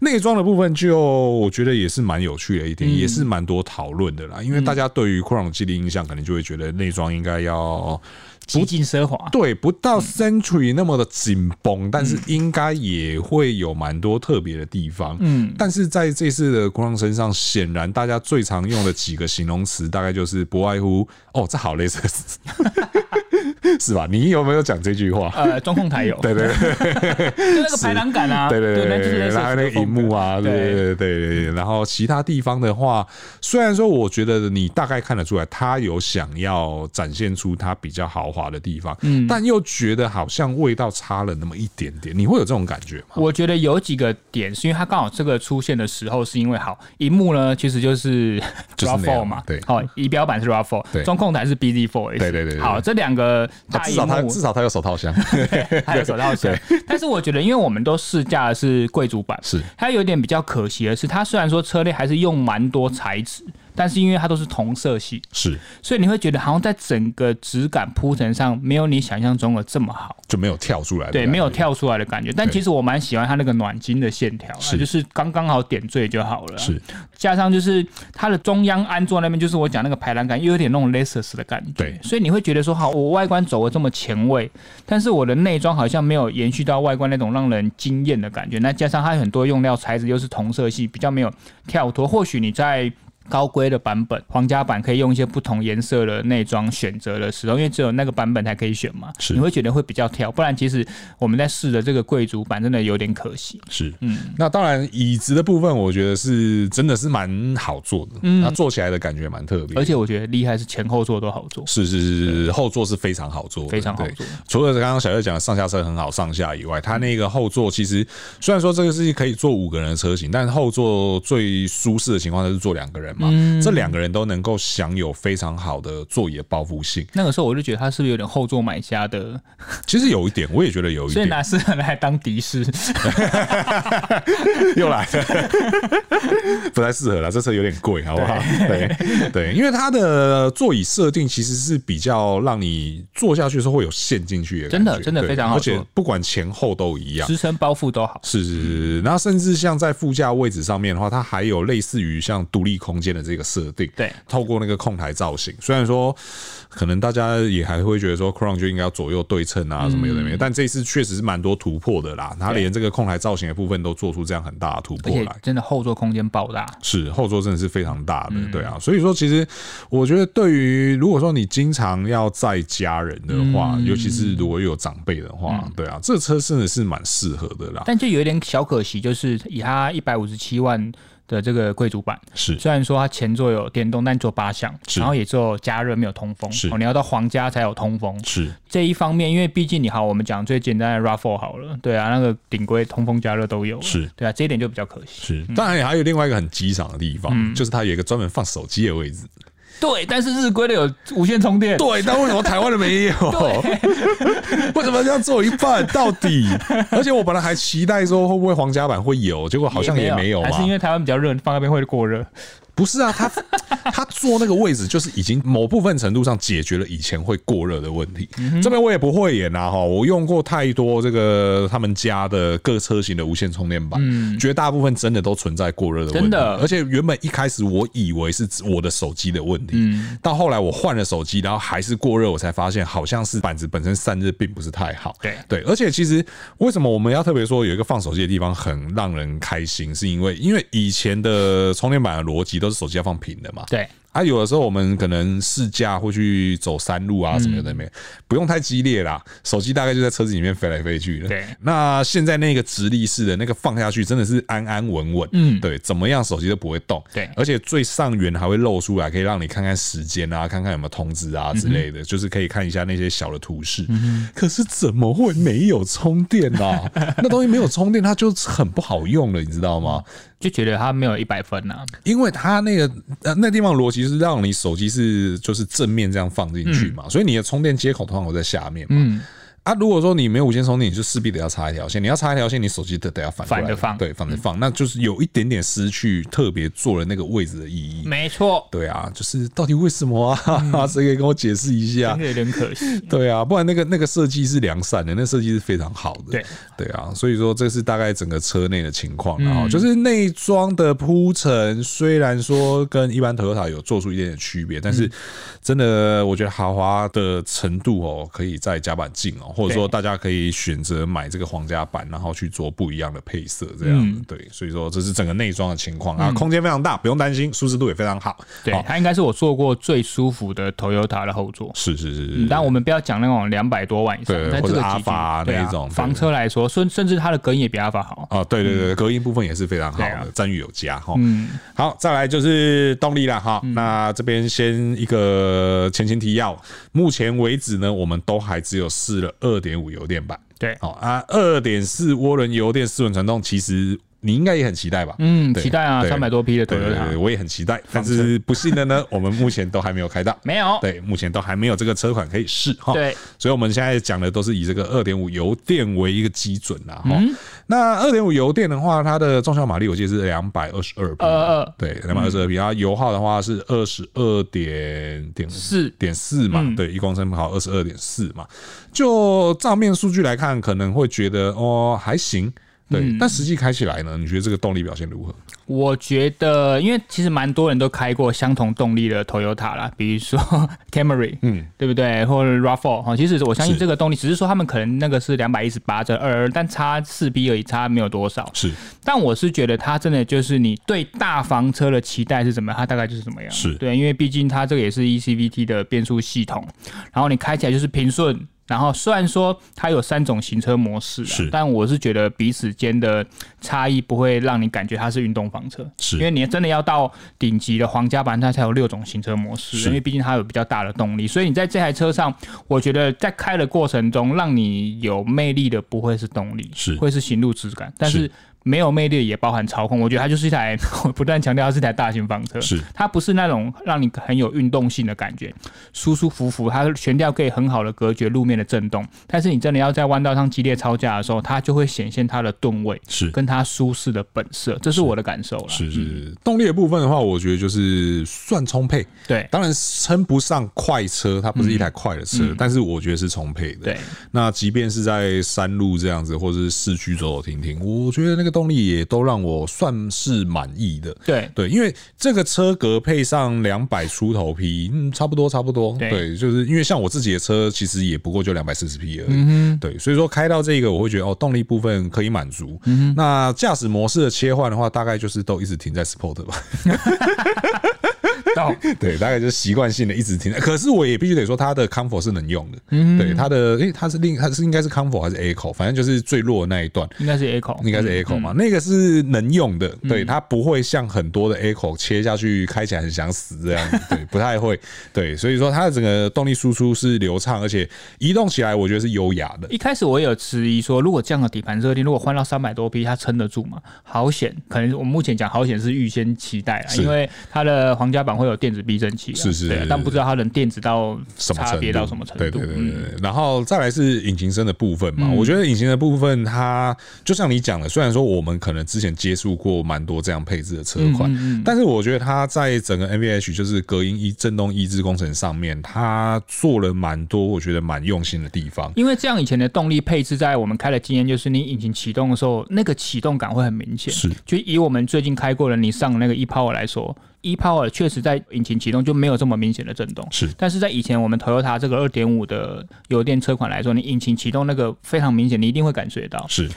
Speaker 1: 内装的部分就我觉得也是蛮有趣的一点，也
Speaker 2: 嗯
Speaker 1: 是蛮多讨论的啦。因为大家对于 Crown 的既定印象，可能就会觉得内装应该要
Speaker 2: 极尽奢华，
Speaker 1: 对，不到 Century 那么的紧绷，但是应该也会有蛮多特别的地方。嗯，但是在这次的 Crown 身上，显然大家最常用的几个形容词，大概就是不外乎哦，这好类似， 是吧？你有没有讲这句话？
Speaker 2: 呃，中控台有，
Speaker 1: 对对对。
Speaker 2: 就那个排挡杆啊，
Speaker 1: 对对
Speaker 2: 那
Speaker 1: 对
Speaker 2: 就是
Speaker 1: 对，
Speaker 2: 类似
Speaker 1: 然后那个
Speaker 2: 这种
Speaker 1: 荧幕啊，
Speaker 2: 风
Speaker 1: 对
Speaker 2: 格
Speaker 1: 对对对对对。然后其他地方的话，虽然说我觉得你大概看得出来，他有想要展现出他比较豪华的地方，嗯，但又觉得好像味道差了那么一点点，你会有这种感觉吗？
Speaker 2: 我觉得有几个点是因为它刚好这个出现的时候，是因为好荧幕呢，其实就是
Speaker 1: 就是那
Speaker 2: RAV4
Speaker 1: 样
Speaker 2: 嘛，
Speaker 1: 对
Speaker 2: 好仪表板是 RAV4，
Speaker 1: 对
Speaker 2: 中控台是 BZ4S，
Speaker 1: 对对对对
Speaker 2: 好这两个
Speaker 1: 啊
Speaker 2: 大
Speaker 1: 至
Speaker 2: 荧
Speaker 1: 少他
Speaker 2: 幕
Speaker 1: 至少他有手套箱，
Speaker 2: 还有手套车，但是我觉得因为我们都试驾的是贵族版，
Speaker 1: 是
Speaker 2: 它有点比较可惜的是，它虽然说车内还是用蛮多材质，但是因为它都是同色系，
Speaker 1: 是
Speaker 2: 所以你会觉得好像在整个质感铺陈上没有你想象中的这么好。
Speaker 1: 就没有跳出来的感
Speaker 2: 对，
Speaker 1: 觉，
Speaker 2: 没有跳出来的感觉。但
Speaker 1: 对
Speaker 2: 其实我蛮喜欢它那个暖金的线条啊，
Speaker 1: 是
Speaker 2: 就是刚刚好点缀就好了。啊
Speaker 1: 是，
Speaker 2: 加上就是它的中央安座那边，就是我讲那个排栏杆，又有点那种 Lexus 的感觉。
Speaker 1: 对
Speaker 2: 所以你会觉得说，好，我外观走的这么前卫，但是我的内装好像没有延续到外观那种让人惊艳的感觉。那加上它有很多用料材质又是同色系，比较没有跳脱。或许你在高规的版本，皇家版可以用一些不同颜色的内装选择的时候，因为只有那个版本才可以选嘛，
Speaker 1: 是
Speaker 2: 你会觉得会比较挑，不然其实我们在试的这个贵族版真的有点可惜。
Speaker 1: 是，
Speaker 2: 嗯
Speaker 1: 那当然椅子的部分，我觉得是真的是蛮好做的，那做起来的感觉蛮特别，
Speaker 2: 嗯而且我觉得厉害是前后座都好做，
Speaker 1: 是是是是是，后座是非常好坐的，
Speaker 2: 非常好
Speaker 1: 对
Speaker 2: 坐
Speaker 1: 除了刚刚小月讲的上下车很好上下以外，它那个后座其实虽然说这个是可以坐五个人的车型，但是后座最舒适的情况就是坐两个人嘛，
Speaker 2: 嗯
Speaker 1: 这两个人都能够享有非常好的座椅的包覆性。
Speaker 2: 那个时候我就觉得它是不是有点后座买家的，
Speaker 1: 其实有一点，我也觉得有一
Speaker 2: 所以
Speaker 1: 点
Speaker 2: 拿适合来当的士。
Speaker 1: 又来了， 不太适合了，这车有点贵，好不 好？对对，因为它的座椅设定其实是比较让你坐下去的时候会有陷进去的感
Speaker 2: 真
Speaker 1: 觉，
Speaker 2: 的真的
Speaker 1: 对
Speaker 2: 非常好
Speaker 1: 而且
Speaker 2: 坐
Speaker 1: 不管前后都一 样。
Speaker 2: 支撑包覆都好，
Speaker 1: 是是是是，是然后甚至像在副驾位置上面的话，它还有类似于像独立空间的这个设定。
Speaker 2: 对
Speaker 1: 透过那个控台造型，虽然说可能大家也还会觉得说 Crown 就应该要左右对称
Speaker 2: 嗯
Speaker 1: 啊什么有的没的，但这一次确实是蛮多突破的啦。它连这个控台造型的部分都做出这样很大的突
Speaker 2: 而
Speaker 1: 破
Speaker 2: 且
Speaker 1: 来。
Speaker 2: 真的后座空间爆大。
Speaker 1: 是后座真的是非常大的，
Speaker 2: 嗯
Speaker 1: 对啊，所以说其实我觉得，对于如果说你经常要载家人的话，
Speaker 2: 嗯
Speaker 1: 尤其是如果有长辈的话，对啊，这车真的是蛮适合的啦。
Speaker 2: 但就有一点小可惜，就是以它一百五十七万的这个贵族版，
Speaker 1: 是
Speaker 2: 虽然说它前座有电动，但做八项，
Speaker 1: 是
Speaker 2: 然后也做加热没有通风
Speaker 1: 是，
Speaker 2: 哦，你要到皇家才有通风。
Speaker 1: 是
Speaker 2: 这一方面，因为毕竟你好，我们讲最简单的 Raffle 好了，对啊，那个顶规通风加热都有了，
Speaker 1: 是
Speaker 2: 对啊，这一点就比较可惜。
Speaker 1: 是，当然还有另外一个很机场的地方，就是它有一个专门放手机的位置。
Speaker 2: 对，但是日规的有无线充电，
Speaker 1: 对，但为什么台湾的没 有？为什么要做一半到底？而且我本来还期待说会不会皇家版会有，结果好像也没有啊
Speaker 2: 还
Speaker 1: 嘛
Speaker 2: 是。因为台湾比较热，放那边会过热。
Speaker 1: 不是啊，他 他坐那个位置就是已经某部分程度上解决了以前会过热的问题。
Speaker 2: 嗯
Speaker 1: 这边我也不会演啊哈，我用过太多这个他们家的各车型的无线充电板，绝大部分真的都存在过热的问题。
Speaker 2: 嗯真的
Speaker 1: 而且原本一开始我以为是指我的手机的问题，
Speaker 2: 嗯
Speaker 1: 到后来我换了手机，然后还是过热，我才发现好像是板子本身散热并不是太好。
Speaker 2: 对
Speaker 1: 对，而且其实为什么我们要特别说有一个放手机的地方很让人开心，是因为因为以前的充电板的逻辑都是手机要放平的嘛。
Speaker 2: 对，
Speaker 1: 啊，有的时候我们可能试驾会去走山路
Speaker 2: 嗯
Speaker 1: 啊什么的，没、不用太激烈啦，手机大概就在车子里面飞来飞去的。
Speaker 2: 对
Speaker 1: 那现在那个直立式的那个放下去真的是安安稳稳，嗯，对，怎么样手机都不会动，
Speaker 2: 对
Speaker 1: 而且最上缘还会露出来，可以让你看看时间啊，看看有没有通知
Speaker 2: 嗯
Speaker 1: 啊之类的，就是可以看一下那些小的图示。可是怎么会没有充电呢、 那东西没有充电，它就很不好用了，你知道吗？
Speaker 2: 就觉得它没有一百分呐、啊。
Speaker 1: 因为它那个呃那地方逻辑是让你手机是就是正面这样放进去
Speaker 2: 嗯
Speaker 1: 嘛，所以你的充电接口通常都在下面嘛。啊，如果说你没有无线充电，你就势必得要插一条线。你要插一条线，你手机得得要反过来
Speaker 2: 反着放嗯
Speaker 1: 对，反着放，那就是有一点点失去特别做了那个位置的意义。
Speaker 2: 没错，
Speaker 1: 对啊，就是到底为什么啊？
Speaker 2: 嗯
Speaker 1: 谁可以跟我解释一下
Speaker 2: 真？的有点 可惜。
Speaker 1: 对啊，不然那个那个设计是良善的，那设计是非常好的。
Speaker 2: 对
Speaker 1: 对啊，所以说这是大概整个车内的情况啊，然后、就是内装的铺陈，虽然说跟一般 Toyota 有做出一点点区别，但是真的我觉得豪华的程度哦，可以再加把劲哦，或者说
Speaker 2: 对
Speaker 1: 大家可以选择买这个皇家版，然后去做不一样的配色这样。对，所以说这是整个内装的情况啊，空间非常大，不用担心，舒适度也非常好。
Speaker 2: 对，
Speaker 1: 好
Speaker 2: 它应该是我坐过最舒服的 Toyota 的后座。
Speaker 1: 是是是是，
Speaker 2: 嗯但我们不要讲那种两百多万以上
Speaker 1: 对，
Speaker 2: 在
Speaker 1: 或
Speaker 2: 这
Speaker 1: 者
Speaker 2: 个级距
Speaker 1: Alpha 啊
Speaker 2: 对啊
Speaker 1: 那一种对
Speaker 2: 房车来说，甚甚至它的隔音也比阿法好。
Speaker 1: 啊，对对对，隔音部分也是非常好
Speaker 2: 嗯对啊嗯
Speaker 1: 的，赞誉有加哈。好，再来就是动力了哈。那这边先一个前情提要，目前为止呢，我们都还只有试了二点五油电版。
Speaker 2: 对，
Speaker 1: 好啊，二点四涡轮油电四轮传动，其实你应该也很期待吧？
Speaker 2: 嗯，
Speaker 1: 对
Speaker 2: 期待啊，
Speaker 1: 对
Speaker 2: 三百多匹的
Speaker 1: 对对对，
Speaker 2: Toyota
Speaker 1: 我也很期待，但是不幸的呢，我们目前都还没有开到。
Speaker 2: 没有。
Speaker 1: 对，目前都还没有这个车款可以试哈。
Speaker 2: 对，
Speaker 1: 所以我们现在讲的都是以这个二点五油电为一个基准啦哈。
Speaker 2: 嗯
Speaker 1: 那二点五油电的话，它的中小马力我记得是两百二十二匹，
Speaker 2: 22
Speaker 1: 对，两百二十二匹。然后油耗的话是二十二点点
Speaker 2: 四
Speaker 1: 点四嘛，
Speaker 2: 嗯
Speaker 1: 对，一公升跑二十二点四嘛。就账面数据来看，可能会觉得哦还行。对，
Speaker 2: 嗯
Speaker 1: 但实际开起来呢，你觉得这个动力表现如何？
Speaker 2: 我觉得，因为其实蛮多人都开过相同动力的 Toyota 啦，比如说 Camry，嗯，对不对？或者 RAV4 哈，其实我相信
Speaker 1: 是
Speaker 2: 这个动力，只是说他们可能那个是两百一十八这二二，但差四 B 而已，差没有多少。
Speaker 1: 是
Speaker 2: 但我是觉得它真的就是你对大房车的期待是怎么样，它大概就是怎么样。
Speaker 1: 是
Speaker 2: 对，因为毕竟它这个也是 E ECVT 的变速系统，然后你开起来就是平顺。然后虽然说它有三种行车模式、啊，
Speaker 1: 是
Speaker 2: 但我是觉得彼此间的差异不会让你感觉它是运动房车，
Speaker 1: 是
Speaker 2: 因为你真的要到顶级的皇家版，它才有六种行车模
Speaker 1: 是
Speaker 2: 式，因为毕竟它有比较大的动力，所以你在这台车上，我觉得在开的过程中，让你有魅力的不会是动力，
Speaker 1: 是
Speaker 2: 会是行路质感，但
Speaker 1: 是
Speaker 2: 是没有魅力也包含操控。我觉得它就是一台， 我不断强调它是一台大型房车，
Speaker 1: 是
Speaker 2: 它不是那种让你很有运动性的感觉，舒舒服服，它的悬吊可以很好的隔绝路面的震动，但是你真的要在弯道上激烈超驾的时候，它就会显现它的吨位
Speaker 1: 是
Speaker 2: 跟它舒适的本色，这是我的感受了。
Speaker 1: 是是，动力的部分的话，我觉得就是算充沛。
Speaker 2: 对
Speaker 1: 当然称不上快车，它不是一台快的车，但是我觉得是充沛的。
Speaker 2: 嗯对，
Speaker 1: 那即便是在山路这样子，或者是市区走走停停，我觉得那个动力也都让我算是满意的。
Speaker 2: 对
Speaker 1: 对，因为这个车格配上两百出头匹，嗯，差不多差不多。
Speaker 2: 对
Speaker 1: 对，就是因为像我自己的车，其实也不过就两百四十匹而已。嗯、对，所以说开到这个，我会觉得哦，动力部分可以满足。嗯、那驾驶模式的切换的话，大概就是都一直停在 Sport 吧。
Speaker 2: 到
Speaker 1: 对，大概就是习惯性的一直停。可是我也必须得说，它的 comfort 是能用的。嗯，对，它的诶、它是另它是应该是 comfort 还是 echo，反正就是最弱的那一段。
Speaker 2: 应该是 Echo，
Speaker 1: 应该是 echo 嘛，那个是能用的，对，它不会像很多的 echo 切下去开起来很想死这样，对，不太会，对，所以说它的整个动力输出是流畅，而且移动起来我觉得是优雅的，
Speaker 2: 一开始我也有迟疑说，如果这样的底盘设定，如果换到三百多匹，它撑得住吗？好险，可能我目前讲好险是预先期待啦，
Speaker 1: 是
Speaker 2: 因为它的皇家版会有电子避震器啊，
Speaker 1: 是是
Speaker 2: 对啊
Speaker 1: 是
Speaker 2: 但不知道它能电子到
Speaker 1: 什么
Speaker 2: 差
Speaker 1: 程
Speaker 2: 别
Speaker 1: 度
Speaker 2: 到什么程度，
Speaker 1: 对对对对
Speaker 2: 嗯
Speaker 1: 对。然后再来是引擎声的部分嘛，我觉得引擎的部分它就像你讲的，虽然说我们可能之前接触过蛮多这样配置的车
Speaker 2: 嗯
Speaker 1: 款，但是我觉得它在整个 NVH 就是隔音抑震动抑制工程上面，它做了蛮多我觉得蛮用心的地方。
Speaker 2: 因为这样以前的动力配置，在我们开的经验就是，你引擎启动的时候，那个启动感会很明显。
Speaker 1: 是，
Speaker 2: 就以我们最近开过的你上那个 ePower 来说，ePower 确实在引擎启动就没有这么明显的震动。
Speaker 1: 是
Speaker 2: 但是在以前我们 Toyota 这个二点五的油电车款来说，你引擎启动那个非常明显，你一定会感觉到。
Speaker 1: 是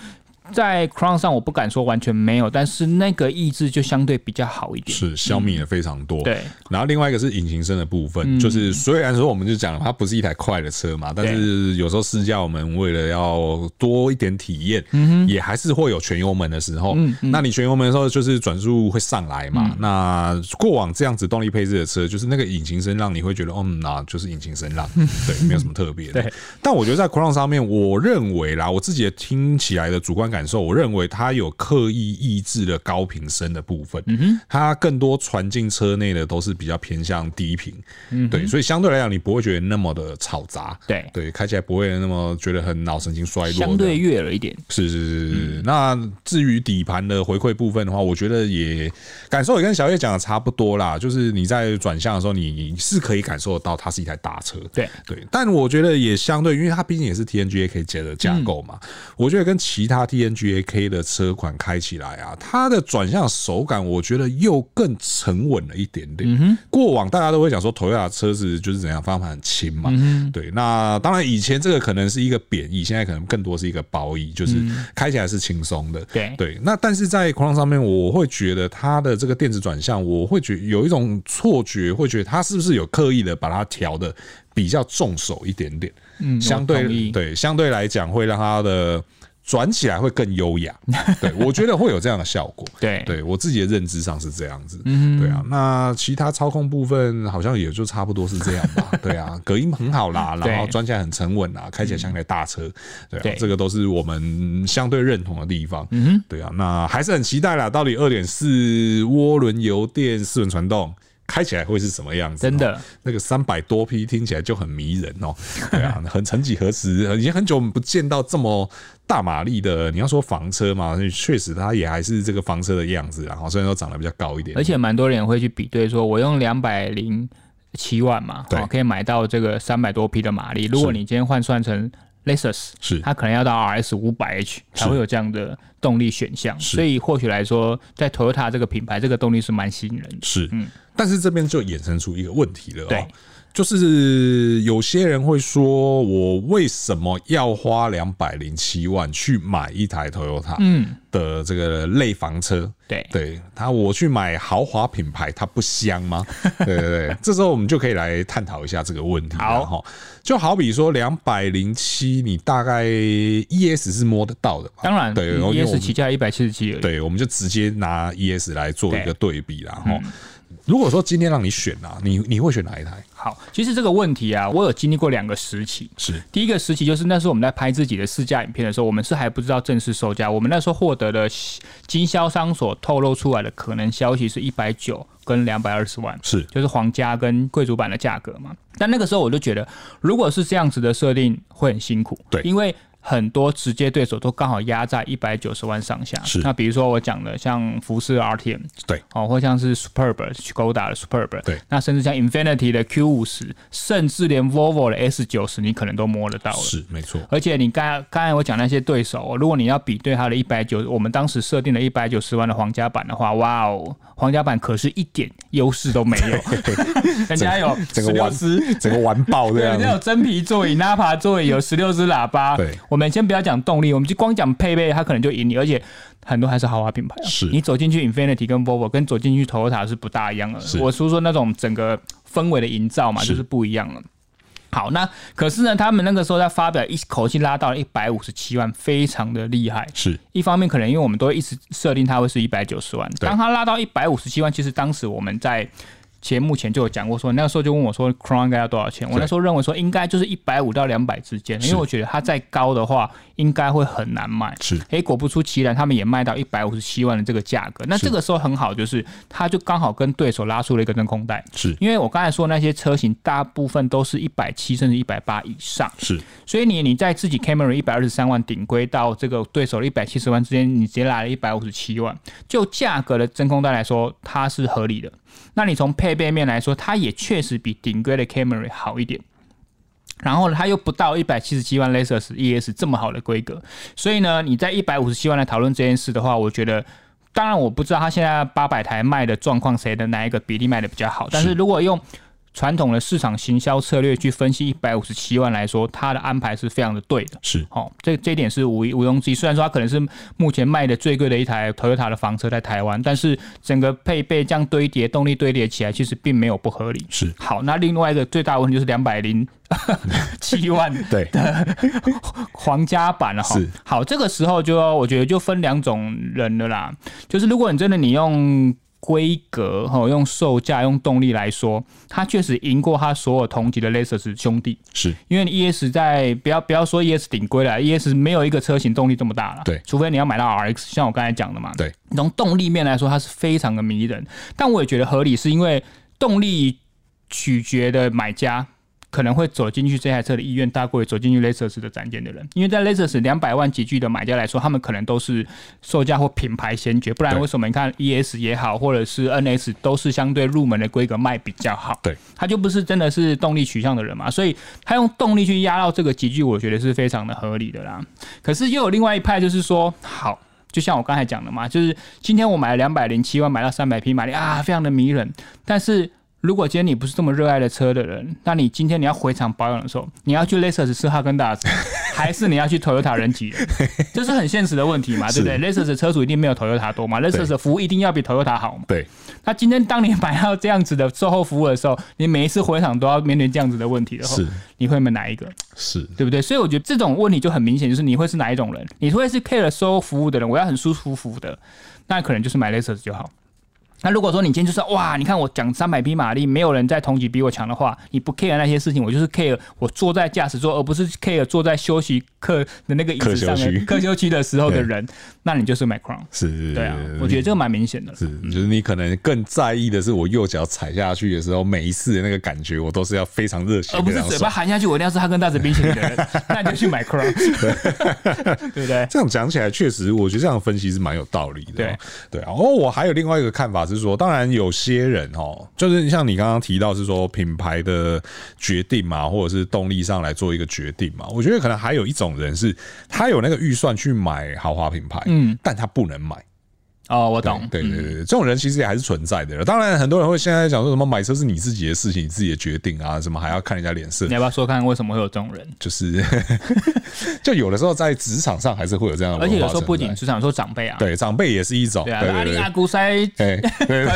Speaker 2: 在 Crown 上，我不敢说完全没有，但是那个抑制就相对比较好一点。
Speaker 1: 是，消弭了非常多。
Speaker 2: 对，嗯
Speaker 1: 然后另外一个是引擎声的部分，就是虽然说我们就讲了它不是一台快的车嘛，但是有时候试驾我们为了要多一点体验，也还是会有全油门的时候。那你全油门的时候，就是转速会上来嘛。那过往这样子动力配置的车，就是那个引擎声浪，你会觉得，哦嗯，那就是引擎声浪，对，没有什么特别的
Speaker 2: 对。
Speaker 1: 但我觉得在 Crown 上面，我认为啦，我自己的听起来的主观感受，我认为它有刻意抑制了高频声的部分。它更多传进车内的都是比较偏向低频，对，所以相对来讲，你不会觉得那么的吵杂，
Speaker 2: 对
Speaker 1: 对，开起来不会那么觉得很脑神经衰弱的，
Speaker 2: 相对嗯悦耳一点。
Speaker 1: 是是是是是。那至于底盘的回馈部分的话，我觉得也感受也跟小叶讲的差不多啦。就是你在转向的时候，你是可以感受得到它是一台大车。
Speaker 2: 对
Speaker 1: 对，但我觉得也相对，因为它毕竟也是 TNGAK 接的架构嘛，我觉得跟其他 TNGAK 的车款开起来啊，它的转向手感，我觉得又更沉稳了一点点。过往大家都会讲说，Toyota 车子就是怎样方向盘很轻嘛，对。那当然以前这个可能是一个贬义，现在可能更多是一个褒义，就是开起来是轻松的。
Speaker 2: 对
Speaker 1: 对，那但是在 Crown 上面，我会觉得它的这个电子转向，我会觉有一种错觉，会觉得它是不是有刻意的把它调的比较重手一点点，
Speaker 2: 嗯，
Speaker 1: 相
Speaker 2: 我同
Speaker 1: 对
Speaker 2: 意。
Speaker 1: 对相对来讲会让它的转起来会更优雅。对我觉得会有这样的效果。
Speaker 2: 对嗯
Speaker 1: 对我自己的认知上是这样子，对啊，那其他操控部分好像也就差不多是这样 吧，对啊，隔音很好啦，然后
Speaker 2: 对
Speaker 1: 转起来很沉稳啦，开起来像一台大车，对啊
Speaker 2: 对，嗯
Speaker 1: 这个都是我们相对认同的地方，对啊，那还是很期待啦，到底二点四涡轮油电四轮传动。开起来会是什么样子？
Speaker 2: 真的
Speaker 1: 哦，那个三百多匹听起来就很迷人 哦。对啊，很曾几何时，已经很久不见到这么大马力的。你要说房车嘛，确实它也还是这个房车的样子啦，然哦后虽然说长得比较高一点，
Speaker 2: 而且蛮多人也会去比对，说我用两百零七万嘛，
Speaker 1: 对
Speaker 2: 哦，可以买到这个三百多匹的马力。如果你今天换算成 Lexus，
Speaker 1: 是
Speaker 2: 它可能要到 RS 五百 H 才会有这样的动力选项，
Speaker 1: 是
Speaker 2: 所以或许来说，在 Toyota 这个品牌，这个动力是蛮吸引人的。
Speaker 1: 是，但是这边就衍生出一个问题了、哦，
Speaker 2: 对，
Speaker 1: 就是有些人会说，我为什么要花两百零七万去买一台 Toyota
Speaker 2: 嗯，
Speaker 1: 的这个类房车？
Speaker 2: 对，
Speaker 1: 对他，我去买豪华品牌，它不香 吗？对对对，这时候我们就可以来探讨一下这个问题了
Speaker 2: 好
Speaker 1: 哈。就好比说两百零七，你大概 ES 是摸得到的嘛？
Speaker 2: 当然，E
Speaker 1: 对，因为我
Speaker 2: 也是
Speaker 1: 们
Speaker 2: 起价一百七十七而已。
Speaker 1: 对，我们就直接拿 ES 来做一个对比啦。哈
Speaker 2: 嗯，
Speaker 1: 如果说今天让你选啊，你你会选哪一台？
Speaker 2: 好，其实这个问题啊，我有经历过两个时期。
Speaker 1: 是
Speaker 2: 第一个时期就是那时候我们在拍自己的试驾影片的时候，我们是还不知道正式售价，我们那时候获得的经销商所透露出来的可能消息是一百九跟两百二十万，
Speaker 1: 是
Speaker 2: 就是皇家跟贵族版的价格嘛。但那个时候我就觉得，如果是这样子的设定，会很辛苦。
Speaker 1: 对
Speaker 2: 因为很多直接对手都刚好压在一百九十万上下。
Speaker 1: 是
Speaker 2: 那比如说我讲的像福斯 RTM，
Speaker 1: 对，
Speaker 2: 哦，或像是 Superb、Skoda 的 Superb，
Speaker 1: 对，
Speaker 2: 那甚至像 Infinity 的 Q 五十，甚至连 Volvo 的 S 九十，你可能都摸得到了。
Speaker 1: 是没错，
Speaker 2: 而且你刚刚才我讲那些对手、哦，如果你要比对它的一百九，我们当时设定了一百九十万的皇家版的话，哇哦，皇家版可是一点优势都没有， 人家有
Speaker 1: 整
Speaker 2: 十
Speaker 1: 个啊
Speaker 2: 六
Speaker 1: 完
Speaker 2: 只。
Speaker 1: 整个完爆这
Speaker 2: 对，人
Speaker 1: 样
Speaker 2: 家有
Speaker 1: 子。
Speaker 2: 真皮座椅、Napa 座椅，有十六只喇叭。
Speaker 1: 对
Speaker 2: 我们先不要讲动力，我们就光讲配备，它可能就赢你，而且很多还是豪华品牌、啊。
Speaker 1: 是
Speaker 2: 你走进去 Infinity 跟 Volvo，跟走进去 Toyota 是不大一样的。
Speaker 1: 是
Speaker 2: 我是说那种整个氛围的营造嘛，
Speaker 1: 是
Speaker 2: 就是不一样了。好，那可是呢，他们那个时候在发表，一口气拉到了一百五十七万，非常的厉害。
Speaker 1: 是
Speaker 2: 一方面可能因为我们都会一直设定它会是一百九十万，
Speaker 1: 对
Speaker 2: 当它拉到一百五十七万，其实当时我们在。节目前就有讲过说，那个时候就问我说，Crown 应该要多少钱？我那时候认为说应该就是一百五到两百之间，因为我觉得它再高的话应该会很难卖。
Speaker 1: 是
Speaker 2: 诶，果不出其然，他们也卖到一百五十七万的这个价格。那这个时候很好，就是它就刚好跟对手拉出了一个真空带，
Speaker 1: 是
Speaker 2: 因为我刚才说那些车型大部分都是一百七甚至一百八以上。
Speaker 1: 是
Speaker 2: 所以你你在自己 Camry 一百二十三万顶规到这个对手的一百七十万之间，你直接来了一百五十七万，就价格的真空带来说，它是合理的。那你从配备面来说，它也确实比顶规的 Camry 好一点。然后呢，它又不到一百七十七万 Lexus ES 这么好的规格，所以呢，你在一百五十七万来讨论这件事的话，我觉得。当然，我不知道它现在八百台卖的状况，谁的哪一个比例卖的比较好。但是如果用传统的市场行销策略去分析一百五十七万来说，它的安排是非常的对的。
Speaker 1: 是
Speaker 2: 好、这这一点是无疑毋庸置疑。虽然说它可能是目前卖的最贵的一台 Toyota 的房车在台湾，但是整个配备这样堆叠，动力堆叠起来，其实并没有不合理。
Speaker 1: 是，
Speaker 2: 好，那另外一个最大的问题就是两百零七万
Speaker 1: 对，
Speaker 2: 皇家版了哈
Speaker 1: 是。
Speaker 2: 好，这个时候就要我觉得就分两种人了啦，就是如果你真的你用。规格哈，用售价、用动力来说，它确实赢过它所有同级的 Lexus 兄弟，
Speaker 1: 是
Speaker 2: 因为你 ES 在不要不要说 ES 顶规了，ES 没有一个车型动力这么大了，
Speaker 1: 对
Speaker 2: 除非你要买到 RX，像我刚才讲的嘛，
Speaker 1: 对，
Speaker 2: 从动力面来说，它是非常的迷人，但我也觉得合理，是因为动力取决的买家。可能会走进去这台车的意愿大过于走进去 Lexus 的展店的人，因为在 Lexus 两百万级距的买家来说，他们可能都是售价或品牌先决，不然
Speaker 1: 对
Speaker 2: 为什么你看 ES 也好，或者是 NS 都是相对入门的规格卖比较好？
Speaker 1: 对，
Speaker 2: 他就不是真的是动力取向的人嘛，所以他用动力去压到这个集距，我觉得是非常的合理的啦。可是又有另外一派，就是说，好，就像我刚才讲的嘛，就是今天我买了两百零七万，买到三百匹马力啊，非常的迷人。但是如果今天你不是这么热爱的车的人，那你今天你要回厂保养的时候，你要去 Lexus 吃哈根达斯， 还是你要去 Toyota 人挤人？这是很现实的问题嘛，对不对？Lexus 的车主一定没有 Toyota 多嘛，Lexus 的服务一定要比 Toyota 好嘛。
Speaker 1: 对，
Speaker 2: 那今天当你买到这样子的售后服务的时候，你每一次回厂都要面对这样子的问题的时候
Speaker 1: 是，
Speaker 2: 你会买哪一个？
Speaker 1: 是
Speaker 2: 对不对？所以我觉得这种问题就很明显，就是你会是哪一种人？你会是 care 售后服务的人，我要很舒舒服服的，那可能就是买 Lexus 就好。那如果说你今天就是哇，你看我讲三百匹马力，没有人在同级比我强的话，你不 care 那些事情，我就是 care 我坐在驾驶座，而不是 care 坐在休息课的那个椅子上
Speaker 1: 客休
Speaker 2: 面
Speaker 1: 区
Speaker 2: 客休区的时候的人，那你就是买 Crown。
Speaker 1: 是，
Speaker 2: 对啊，嗯我觉得这个蛮明显的。
Speaker 1: 是，就是你可能更在意的是我右脚踩下去的时候，每一次的那个感觉，我都是要非常热血，
Speaker 2: 而哦不
Speaker 1: 非
Speaker 2: 是
Speaker 1: 常
Speaker 2: 嘴
Speaker 1: 爽。
Speaker 2: 巴含下去，我一定要是哈根达斯冰淇淋 的人，那你就去买 Crown，对不对？
Speaker 1: 这样讲起来，确实，我觉得这样分析是蛮有道理的哦、
Speaker 2: 对
Speaker 1: 对啊。哦，我还有另外一个看法是说，当然有些人哦，就是像你刚刚提到是说品牌的决定嘛，或者是动力上来做一个决定嘛。我觉得可能还有一种人是，他有那个预算去买豪华品牌，
Speaker 2: 嗯，
Speaker 1: 但他不能买。
Speaker 2: 哦，我
Speaker 1: 对
Speaker 2: 懂，
Speaker 1: 对对对，对这种人其实也还是存在的。当然，很多人会现在讲说什么买车是你自己的事情，你自己的决定啊，什么还要看人家脸色
Speaker 2: 你。要不要说看为什么会有这种人？
Speaker 1: 就是 就有的时候在职场上还是会有这样的文
Speaker 2: 而
Speaker 1: 化存
Speaker 2: 且
Speaker 1: 在，
Speaker 2: 有时候不仅职场，有时候长辈啊，
Speaker 1: 对长辈也是一种，
Speaker 2: 对
Speaker 1: 对
Speaker 2: 啊，阿
Speaker 1: 对
Speaker 2: 里
Speaker 1: 对
Speaker 2: 阿古塞，
Speaker 1: 对，对对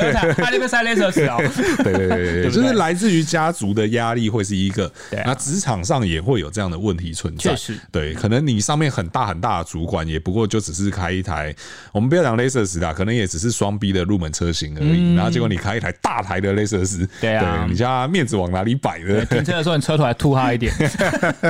Speaker 2: 阿里阿塞雷 瑟斯哦，
Speaker 1: 对对对对
Speaker 2: 对
Speaker 1: 对，
Speaker 2: 不对
Speaker 1: 就是来自于家族的压力会是一个，
Speaker 2: 对啊
Speaker 1: 那职场上也会有这样的问题存在。
Speaker 2: 确实，
Speaker 1: 对，可能你上面很大很大的主管，也不过就只是开一台，我们不要讲 Lexus 啦，可能也只是双 B 的入门车型而已。然后结果你开一台大台的 Lexus，
Speaker 2: 嗯对啊
Speaker 1: 你叫他面子往哪里摆的？
Speaker 2: 停车的时候你车头还吐 他一点，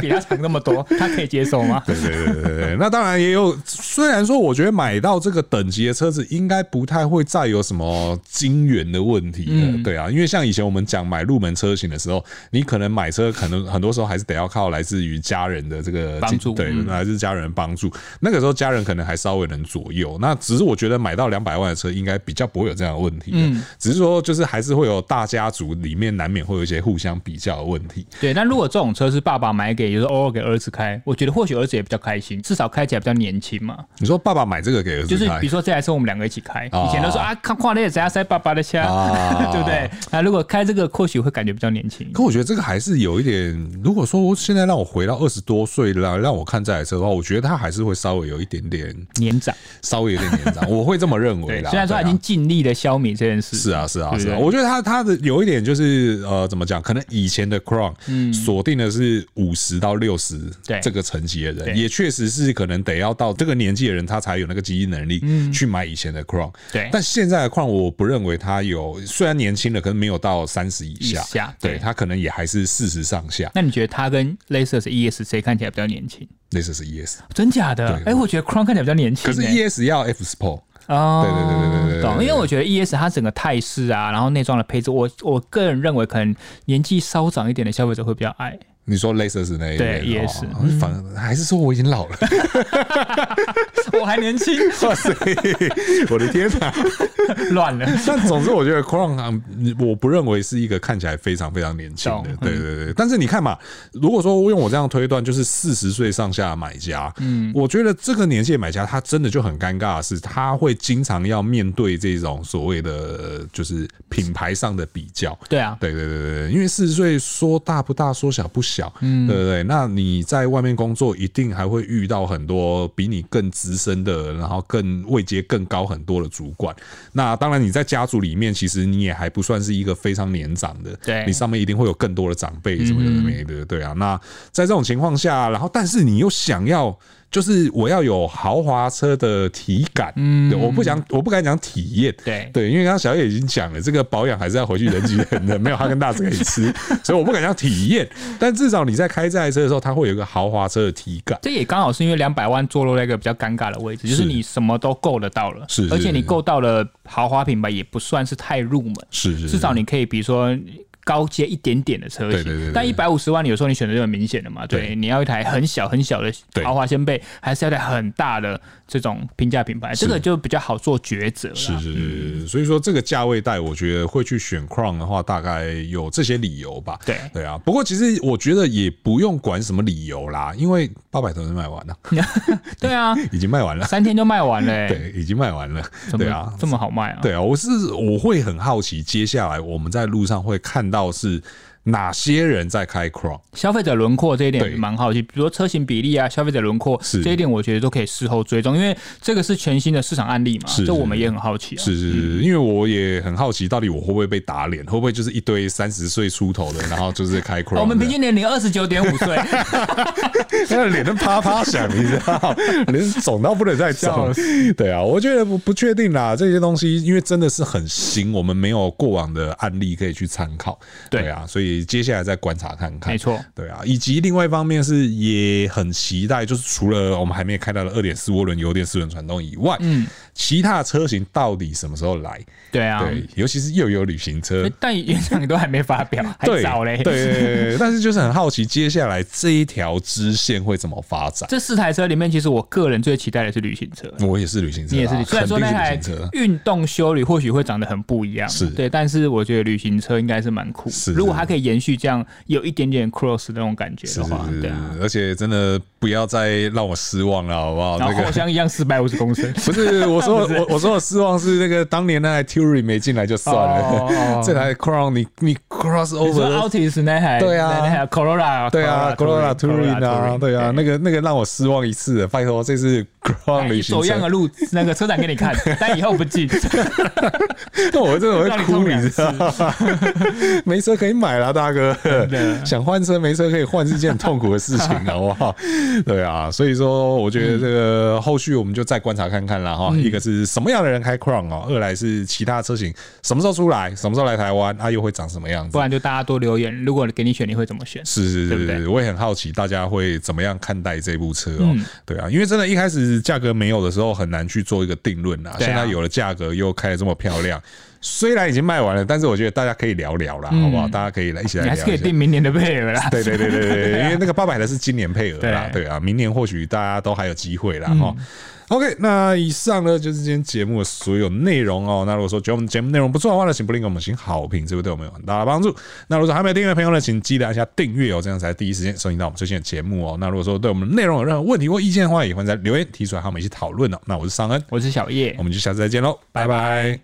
Speaker 2: 比他长那么多，他可以接受吗？
Speaker 1: 对对对对对，那当然也有。虽然说，我觉得买到这个等级的车子，应该不太会再有什么金源的问题了。
Speaker 2: 嗯
Speaker 1: 对啊，因为像以前我们讲买入门车型的时候，你可能买车，可能很多时候还是得要靠来自于家人的这个
Speaker 2: 帮
Speaker 1: 经
Speaker 2: 助
Speaker 1: 对，
Speaker 2: 嗯
Speaker 1: 来自家人的帮助。那个时候家人可能还稍微能左右。那只是我觉得买到两百万的车，应该比较不会有这样的问题。嗯，只是说就是还是会有大家族里面难免会有一些互相比较的问题。
Speaker 2: 对，但如果这种车是爸爸买给，就是偶尔给儿子开，我觉得或许儿子也比较开心，至少开起来比较年轻嘛。
Speaker 1: 你说爸爸买这个给儿
Speaker 2: 就
Speaker 1: 子
Speaker 2: 是
Speaker 1: 开
Speaker 2: 比如。说这台车我们两个一起开，
Speaker 1: 啊
Speaker 2: 以前都说啊，看跨类只要塞爸爸的车，
Speaker 1: 啊
Speaker 2: 对不对？那如果开这个，或许会感觉比较年轻。
Speaker 1: 可我觉得这个还是有一点，如果说现在让我回到二十多岁了，让我看这台车的话，我觉得它还是会稍微有一点点，
Speaker 2: 年长，
Speaker 1: 稍微有点年 长，我会这么认为
Speaker 2: 对，
Speaker 1: 啦。
Speaker 2: 虽然说他
Speaker 1: 对啊
Speaker 2: 已经尽力的消弭这件事，
Speaker 1: 是啊，是啊，
Speaker 2: 对不
Speaker 1: 是啊，
Speaker 2: 对
Speaker 1: 我觉得它它的有一点就是呃，怎么讲？可能以前的 Crown 锁定的是五十到六十
Speaker 2: 嗯对
Speaker 1: 这个层级的
Speaker 2: 对
Speaker 1: 人，也确实是可能得要到这个年纪的人，他才有那个经济能力去买以前的 Crown。
Speaker 2: 嗯对
Speaker 1: 但现在的 Crown 我不认为它有，虽然年轻了，可能没有到三十以下
Speaker 2: 以，下对
Speaker 1: 对它可能也还是四十上下。
Speaker 2: 那你觉得它跟 Lexus ES 谁看起来比较年轻？
Speaker 1: 类似是 ES，
Speaker 2: 真假的？哎、
Speaker 1: 对
Speaker 2: 我觉得 Crown 看起来比较年轻、
Speaker 1: 可是
Speaker 2: 欸
Speaker 1: ES 要 F Sport，
Speaker 2: 哦，
Speaker 1: 对对对对对对对
Speaker 2: 懂。因为我觉得 ES 它整个态势啊，然后内装的配置，我我个人认为可能年纪稍长一点的消费者会比较 爱。
Speaker 1: 你说类似是那一
Speaker 2: 对，E 嗯
Speaker 1: 类的
Speaker 2: ES
Speaker 1: 哦反正还是说我已经老了，
Speaker 2: 我还年轻，
Speaker 1: 哇塞，我的天哪！
Speaker 2: 乱了。
Speaker 1: 但总之，我觉得 Crown 啊嗯我不认为是一个看起来非常非常年轻的
Speaker 2: 懂，嗯
Speaker 1: 对对对。但是你看嘛，如果说用我这样推断，就是四十岁上下的买家，嗯，我觉得这个年纪的买家，他真的就很尴尬的是，他会经常要面对这种所谓的呃就是品牌上的比较，
Speaker 2: 对啊，
Speaker 1: 对对对对对，因为四十岁说大不大，说小不小，嗯，对不对？那你在外面工作，一定还会遇到很多比你更资深的，然后更位阶更高很多的主管。那当然，你在家族里面，其实你也还不算是一个非常年长的，
Speaker 2: 对嗯
Speaker 1: 你上面一定会有更多的长辈什么有的没的，对啊。那在这种情况下，然后但是你又想要。就是我要有豪华车的体感，嗯，我不想，我不敢讲体验，
Speaker 2: 对
Speaker 1: 对，因为刚刚小叶已经讲了，这个保养还是要回去人挤人的，没有哈根达斯可以 吃，所以我不敢讲体验，但至少你在开这台车的时候，它会有一个豪华车的体感。
Speaker 2: 这也刚好是因为两百万坐落在一个比较尴尬的位置，就是
Speaker 1: 是
Speaker 2: 你什么都够得到了，
Speaker 1: 是是
Speaker 2: 而且你
Speaker 1: 是
Speaker 2: 够到了豪华品牌也不算是太入门，
Speaker 1: 是是
Speaker 2: 至少你可以比如说。高阶一点点的车
Speaker 1: 对
Speaker 2: 型，
Speaker 1: 对对对
Speaker 2: 但一百五十万，有时候你选择就很明显了嘛。对，
Speaker 1: 对
Speaker 2: 你要一台很小很小的
Speaker 1: 对
Speaker 2: 豪华掀背，还是要一台很大的这种平价品牌，这个就比较好做抉择啦。
Speaker 1: 是是是是，所以说这个价位带，我觉得会去选 Crown 的话，大概有这些理由吧。
Speaker 2: 对
Speaker 1: 对啊，不过其实我觉得也不用管什么理由啦，因为八百头就卖完了，
Speaker 2: 对啊，
Speaker 1: 已经卖完 了，
Speaker 2: 三天就卖完了、欸，
Speaker 1: 对，已经卖完了，
Speaker 2: 怎
Speaker 1: 对啊
Speaker 2: 么，这么好卖啊？
Speaker 1: 对啊，我是我会很好奇，接下来我们在路上会看到是哪些人在开 Crown。
Speaker 2: 消费者轮廓这一点
Speaker 1: 对
Speaker 2: 蛮好奇，比如说车型比例啊，消费者轮廓
Speaker 1: 是
Speaker 2: 这一点，我觉得都可以事后追踪，因为这个是全新的市场案例嘛，
Speaker 1: 是
Speaker 2: 这我们也很好奇啊。
Speaker 1: 是是是，因为我也很好奇，到底我会不会被打脸？会不会就是一堆三十岁出头的，然后就是开 Chrome？
Speaker 2: 哦我们平均年龄二十九点五 岁，
Speaker 1: 那个脸都啪啪响，你知道，脸肿到不能再肿。 对啊，我觉得不不确定啦，这些东西因为真的是很新，我们没有过往的案例可以去参考。
Speaker 2: 对
Speaker 1: 对啊，所以接下来再观察看看。
Speaker 2: 没错。
Speaker 1: 对啊，以及另外一方面是也很期待，就是除了我们还没开到的二点四涡轮、有点四轮传动以外，嗯，其他的车型到底什么时候来？
Speaker 2: 对啊，
Speaker 1: 对，尤其是又有旅行车
Speaker 2: 诶，但原厂都还没发表，还
Speaker 1: 对，
Speaker 2: 哎早嘞。
Speaker 1: 对对对对，但是就是很好奇，接下来这一条支线会怎么发展？
Speaker 2: 这四台车里面，其实我个人最期待的是旅行车。
Speaker 1: 我也是旅行车啦，啊
Speaker 2: 你也是旅，虽
Speaker 1: 肯
Speaker 2: 然说
Speaker 1: 定
Speaker 2: 那
Speaker 1: 是旅行
Speaker 2: 台
Speaker 1: 车。
Speaker 2: 运动修旅或许会长得很不一样，
Speaker 1: 是
Speaker 2: 对，但是我觉得旅行车应该是蛮酷的。
Speaker 1: 是
Speaker 2: 如果它可以延续这样有一点点 cross 的那种感觉
Speaker 1: 是
Speaker 2: 的话，
Speaker 1: 是
Speaker 2: 对啊，
Speaker 1: 是，而且真的不要再让我失望了，好不好？
Speaker 2: 然
Speaker 1: 哦那
Speaker 2: 后后
Speaker 1: 个
Speaker 2: 箱一样四百五十公升，
Speaker 1: 不是我 说我我说我失望是那个当年那台 Tury 没进来就算
Speaker 2: 哦哦
Speaker 1: 了
Speaker 2: 哦，
Speaker 1: 这台 Crown 你你 cross
Speaker 2: 你说哦
Speaker 1: over
Speaker 2: Altis 那台，
Speaker 1: 对啊
Speaker 2: 那台 Corolla，哎
Speaker 1: 对啊 c o r o l a Touring 啊，对啊，那个那个让我失望一次了，拜托，这次 Crown 旅行
Speaker 2: 走一样的
Speaker 1: 车，
Speaker 2: 路，那个车展给 你看，但以后不进，
Speaker 1: 那我真的
Speaker 2: 让
Speaker 1: 会
Speaker 2: 你
Speaker 1: 哭，
Speaker 2: 痛
Speaker 1: 你
Speaker 2: 两
Speaker 1: 知道 吗？没车可以买啦，大哥，
Speaker 2: 的
Speaker 1: 想换车没车可以换是一件很痛苦的事情，啊 好不好？对啊，所以说我觉得这个后续我们就再观察看看啦哈。
Speaker 2: 嗯
Speaker 1: 一个是什么样的人开 Crown 哦，二来是其他车型什么时候出来，什么时候来台湾，啊它又会长什么样子
Speaker 2: 不？然就大家多留言，如果给你选，你会怎么选？
Speaker 1: 是是
Speaker 2: 对不
Speaker 1: 是
Speaker 2: 对
Speaker 1: 是，我也很好奇大家会怎么样看待这部车哦
Speaker 2: 嗯。
Speaker 1: 对啊，因为真的一开始价格没有的时候很难去做一个定论啊。
Speaker 2: 对啊
Speaker 1: 现在有了价格又开的这么漂亮，虽然已经卖完了，但是我觉得大家可以聊聊啦，好不好？大家可以来一起来
Speaker 2: 嗯你
Speaker 1: 聊
Speaker 2: 还
Speaker 1: 一
Speaker 2: 是
Speaker 1: 下
Speaker 2: 可以。定明年的配额啦。
Speaker 1: 啊 对对对对对，因为那个八百的是今年配额啦，
Speaker 2: 对
Speaker 1: 对啊，明年或许大家都还有机会啦哈。OK，那以上呢就是今天节目的所有内容哦。那如果说觉得我们节目内容不错的话呢，请不吝给我们行好评，这会对我们有很大的帮助。那如果说还没有订阅的朋友呢，请记得按下订阅哦，这样才第一时间收听到我们最新的节目哦。那如果说对我们内容有任何问题或意见的话，也欢迎在留言提出来，和我们一起讨论哦。那我是尚恩，
Speaker 2: 我是小叶
Speaker 1: 我，们就下次再见喽，拜拜